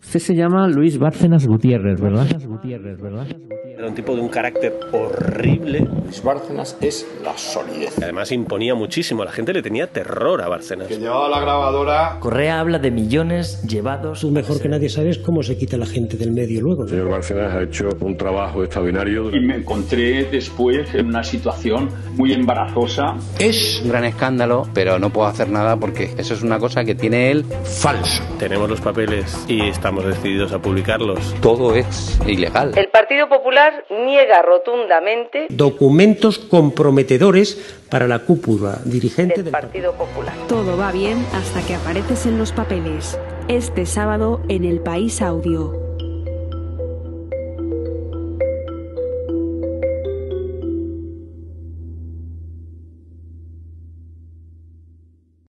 Usted se llama Luis Bárcenas Gutiérrez, ¿verdad? Gutiérrez, ¿verdad? Era un tipo de un carácter horrible. Luis Bárcenas es la solidez. Además imponía muchísimo, la gente le tenía terror a Bárcenas. Que llevaba la grabadora. Correa habla de millones llevados. Tú mejor que nadie sabes cómo se quita la gente del medio luego. El señor Bárcenas ha hecho un trabajo extraordinario. Y me encontré después en una situación muy embarazosa. Es un gran escándalo, pero no puedo hacer nada porque eso es una cosa que tiene él falso. Tenemos los papeles y estamos decididos a publicarlos. Todo es ilegal. El Partido Popular niega rotundamente Documentos comprometedores para la cúpula dirigente del Partido Popular. Todo va bien hasta que apareces en los papeles. Este sábado en El País Audio.